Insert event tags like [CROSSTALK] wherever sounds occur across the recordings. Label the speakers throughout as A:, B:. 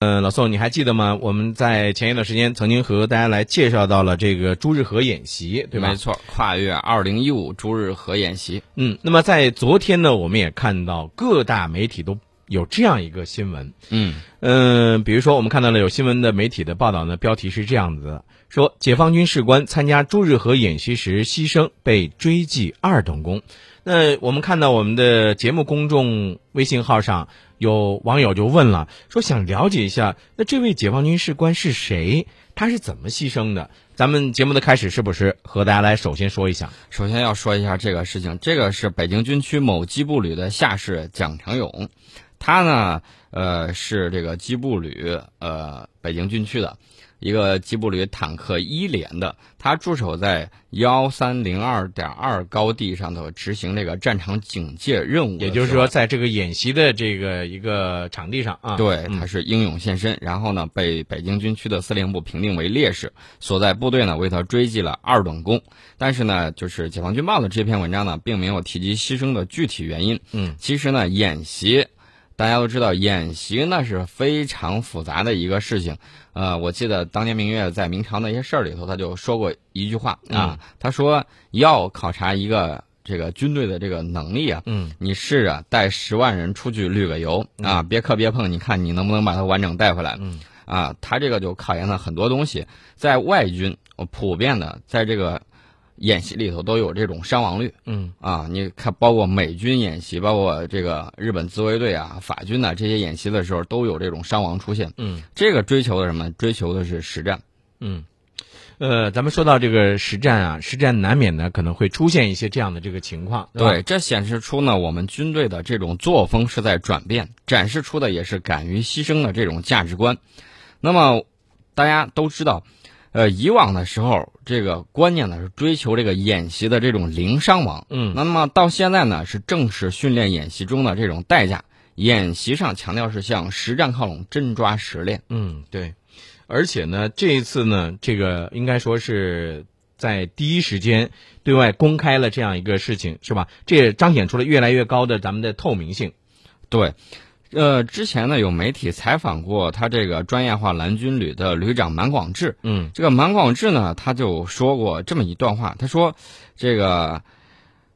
A: 呃，老宋，你还记得吗？我们在前一段时间曾经和大家来介绍到了这个朱日和演习，对吧？
B: 没错，跨越二零一五朱日和演习，
A: 嗯，那么在昨天呢，我们也看到各大媒体都有这样一个新闻，
B: 嗯，
A: 嗯、比如说我们看到了有新闻的媒体的报道呢，标题是这样子的：说解放军士官参加朱日和演习时牺牲，被追记二等功。那我们看到我们的节目公众微信号上有网友就问了，说想了解一下，那这位解放军士官是谁？他是怎么牺牲的？咱们节目的开始是不是和大家来首先说一下？
B: 首先要说一下这个事情，这个是北京军区某机步旅的下士蒋长勇，他呢，呃，是这个机步旅，呃，北京军区的一个机步旅坦克一连的，他驻守在幺三零二点二高地上头执行这个战场警戒任务，
A: 也就是说，。在这个演习的这个一个场地上啊，
B: 对，
A: 嗯
B: 他是英勇献身，然后呢，被北京军区的司令部评定为烈士，所在部队呢为他追记了二等功。但是呢，就是《解放军报》的这篇文章呢，并没有提及牺牲的具体原因。
A: 嗯，
B: 其实呢，演习。大家都知道，演习那是非常复杂的一个事情。呃，我记得当年明月在《明朝那些事儿》里头，他就说过一句话
A: 嗯
B: 啊，他说要考察一个这个军队的这个能力啊，
A: 嗯，
B: 你试着带十万人出去旅个游啊，别磕别碰，你看你能不能把它完整带回来？
A: 嗯，
B: 啊，他这个就考验了很多东西，在外军呃普遍的在这个演习里头都有这种伤亡率
A: 嗯
B: 啊，你看包括美军演习，包括这个日本自卫队啊、法军呐、这些演习的时候都有这种伤亡出现。
A: 嗯
B: 这个追求的什么？追求的是实战。
A: 嗯，呃，咱们说到这个实战啊，实战难免呢可能会出现一些这样的这个情况，吧，
B: 对，这显示出呢，我们军队的这种作风是在转变，展示出的也是敢于牺牲的这种价值观。那么，大家都知道，呃，以往的时候，这个观念呢是追求这个演习的这种零伤亡。
A: 嗯
B: 那么到现在呢，是正式训练演习中的这种代价。演习上强调是向实战靠拢，真抓实练。
A: 嗯对，而且呢，这一次呢，这个应该说是。在第一时间对外公开了这样一个事情，是吧？这也彰显出了越来越高的咱们的透明性。
B: 对，呃，之前呢有媒体采访过他这个专业化蓝军旅的旅长满广志，
A: 嗯
B: 这个满广志呢，他就说过这么一段话，他说：“这个，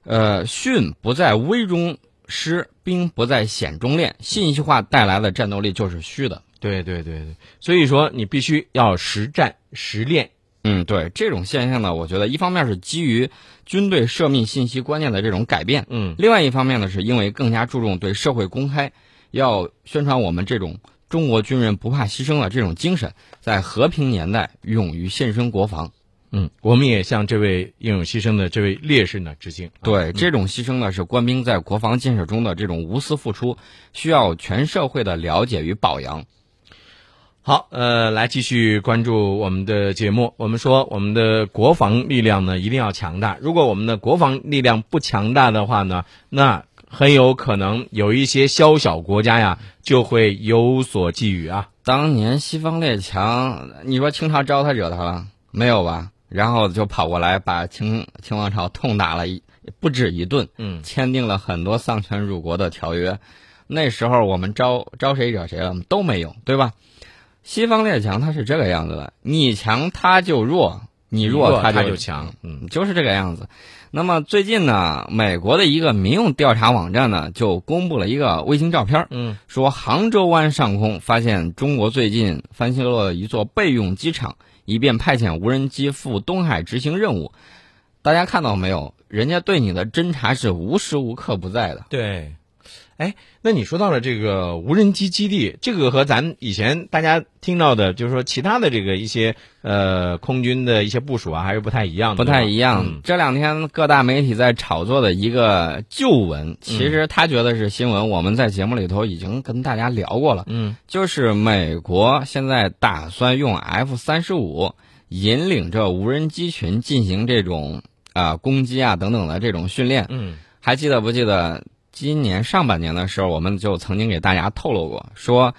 B: 呃，训不在危中失，兵不在险中练。信息化带来的战斗力就是虚的。
A: 对对对对，所以说你必须要实战实练。”
B: 嗯，对这种现象呢，我觉得一方面是基于军队涉密信息观念的这种改变，
A: 嗯
B: 另外一方面呢，是因为更加注重对社会公开，要宣传我们这种中国军人不怕牺牲的这种精神，在和平年代勇于献身国防。
A: 嗯，我们也向这位英勇牺牲的这位烈士呢致敬。啊，
B: 对，这种牺牲呢是官兵在国防建设中的这种无私付出，需要全社会的了解与褒扬。
A: 好，呃，来继续关注我们的节目。我们说，我们的国防力量呢一定要强大。如果我们的国防力量不强大的话呢，那很有可能有一些宵小国家呀就会有所觊觎啊。
B: 当年西方列强，你说清朝招他惹他了没有吧？然后就跑过来把清清王朝痛打了一不止一顿，
A: 嗯
B: 签订了很多丧权辱国的条约。那时候我们招招谁惹谁了都没有，对吧？西方列强他是这个样子的，你强他就弱，你弱
A: 他
B: 就
A: 强。嗯
B: 就是这个样子。那么最近呢，美国的一个民用调查网站呢，就公布了一个卫星照片儿，
A: 嗯
B: 说杭州湾上空发现中国最近翻新了一座备用机场，以便派遣无人机赴东海执行任务。大家看到没有？人家对你的侦查是无时无刻不在的。
A: 对，哎，那你说到了这个无人机基地，这个和咱以前大家听到的，就是说其他的这个一些呃空军的一些部署啊，还是不太一样的，
B: 不太一样。
A: 嗯
B: 这两天各大媒体在炒作的一个旧闻，
A: 嗯
B: 其实他觉得是新闻，我们在节目里头已经跟大家聊过了。
A: 嗯，
B: 就是美国现在打算用 F 三十五引领着无人机群进行这种啊、攻击啊等等的这种训练。
A: 嗯
B: 还记得不记得今年上半年的时候，我们就曾经给大家透露过，说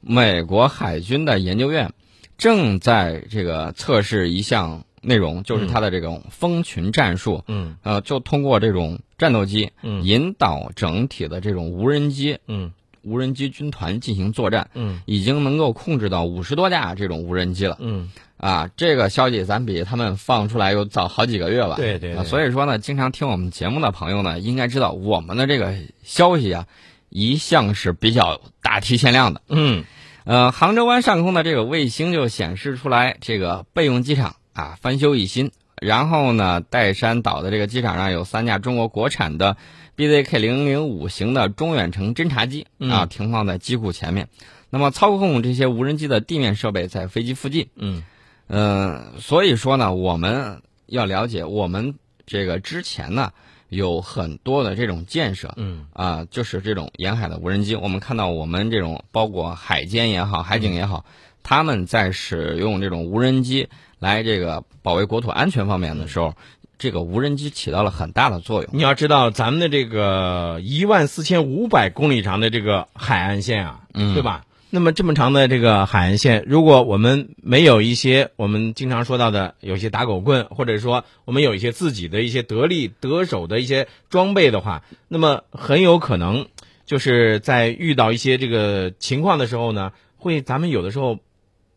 B: 美国海军的研究院正在这个测试一项内容，就是它的这种蜂群战术。
A: 嗯
B: 呃，就通过这种战斗机
A: 嗯
B: 引导整体的这种无人机
A: 嗯
B: 无人机军团进行作战，
A: 嗯
B: 已经能够控制到五十多架这种无人机了
A: 嗯，
B: 啊！这个消息咱比他们放出来有早好几个月吧？
A: 对对
B: 啊
A: 对，以
B: 所以说呢，经常听我们节目的朋友呢，应该知道我们的这个消息啊，一向是比较大提限量的。
A: 嗯
B: 呃，杭州湾上空的这个卫星就显示出来，这个备用机场啊翻修一新。然后呢，岱山岛的这个机场上有三架中国国产的 BZK 零零五型的中远程侦察机啊
A: 嗯
B: 停放在机库前面。那么操控这些无人机的地面设备在飞机附近。
A: 嗯
B: 嗯，所以说呢，我们要了解我们这个之前呢有很多的这种建设，
A: 嗯
B: 啊，就是这种沿海的无人机，我们看到我们这种包括海监也好，海警也好，他们在使用这种无人机来这个保卫国土安全方面的时候，这个无人机起到了很大的作用。
A: 你要知道，咱们的这个一万四千五百公里长的这个海岸线啊，
B: 嗯
A: 对吧？那么这么长的这个海岸线，如果我们没有一些我们经常说到的有些打狗棍，或者说我们有一些自己的一些得力得手的一些装备的话，那么很有可能就是在遇到一些这个情况的时候呢，会咱们有的时候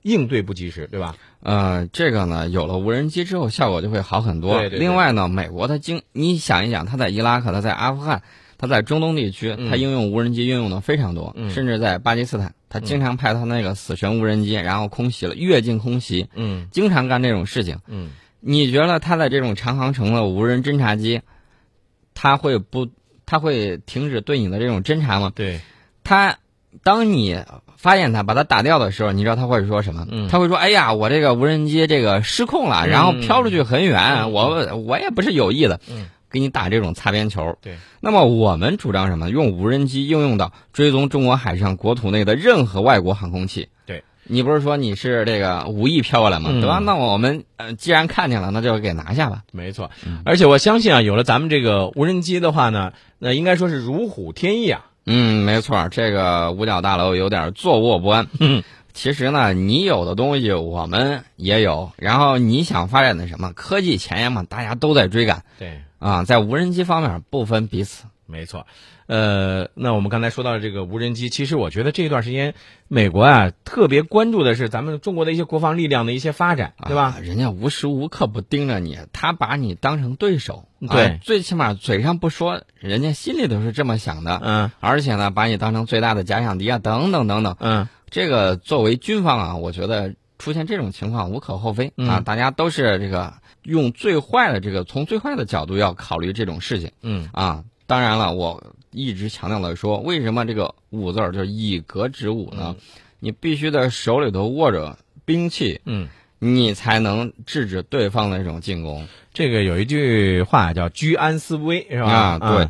A: 应对不及时，对吧？
B: 呃，这个呢，有了无人机之后，效果就会好很多。
A: 对对对
B: 另外呢，美国它经，你想一想，它在伊拉克，它在阿富汗，它在中东地区，
A: 嗯
B: 它应用无人机应用的非常多，
A: 嗯
B: 甚至在巴基斯坦，它经常派它那个死神无人机，然后空袭了，越境空袭，
A: 嗯
B: 经常干这种事情。
A: 嗯，
B: 你觉得它的这种长航程的无人侦察机，它会不？它会停止对你的这种侦察吗？
A: 对，
B: 它当你发现它把它打掉的时候，你知道它会说什么？
A: 嗯
B: 它会说：“哎呀，我这个无人机这个失控了，
A: 嗯
B: 然后飘出去很远，
A: 嗯
B: 我我也不是有意的。
A: 嗯
B: 给你打这种擦边球。
A: 对，
B: 那么我们主张什么？用无人机应用到追踪中国海上国土内的任何外国航空器。
A: 对，
B: 你不是说你是这个无意飘过来吗？
A: 嗯
B: 对吧？那我们呃，既然看见了，那就给拿下吧。
A: 没错，
B: 嗯
A: 而且我相信啊，有了咱们这个无人机的话呢，那应该说是如虎添翼啊。
B: 嗯，没错儿，这个五角大楼有点坐卧不安。
A: [LAUGHS] 嗯，
B: 其实呢，你有的东西我们也有，然后你想发展的什么科技前沿嘛，大家都在追赶
A: 对，
B: 啊，在无人机方面不分彼此。
A: 没错。呃，那我们刚才说到这个无人机，其实我觉得这段时间美国啊特别关注的是咱们中国的一些国防力量的一些发展，对吧？
B: 啊？人家无时无刻不盯着你，他把你当成对手，啊
A: 对
B: 最起码嘴上不说，人家心里头是这么想的。
A: 嗯
B: 而且呢，把你当成最大的假想敌啊，等等等等。
A: 嗯
B: 这个作为军方啊，我觉得出现这种情况无可厚非、啊，
A: 嗯
B: 大家都是这个用最坏的这个从最坏的角度要考虑这种事情
A: 嗯
B: 啊。当然了，我一直强调的说，为什么这个“武”字儿就是以格止武呢？你必须得手里头握着兵器，
A: 嗯，
B: 你才能制止对方的这种进攻
A: 这个有一句话叫“居安思危”，是吧？嗯
B: 啊。对，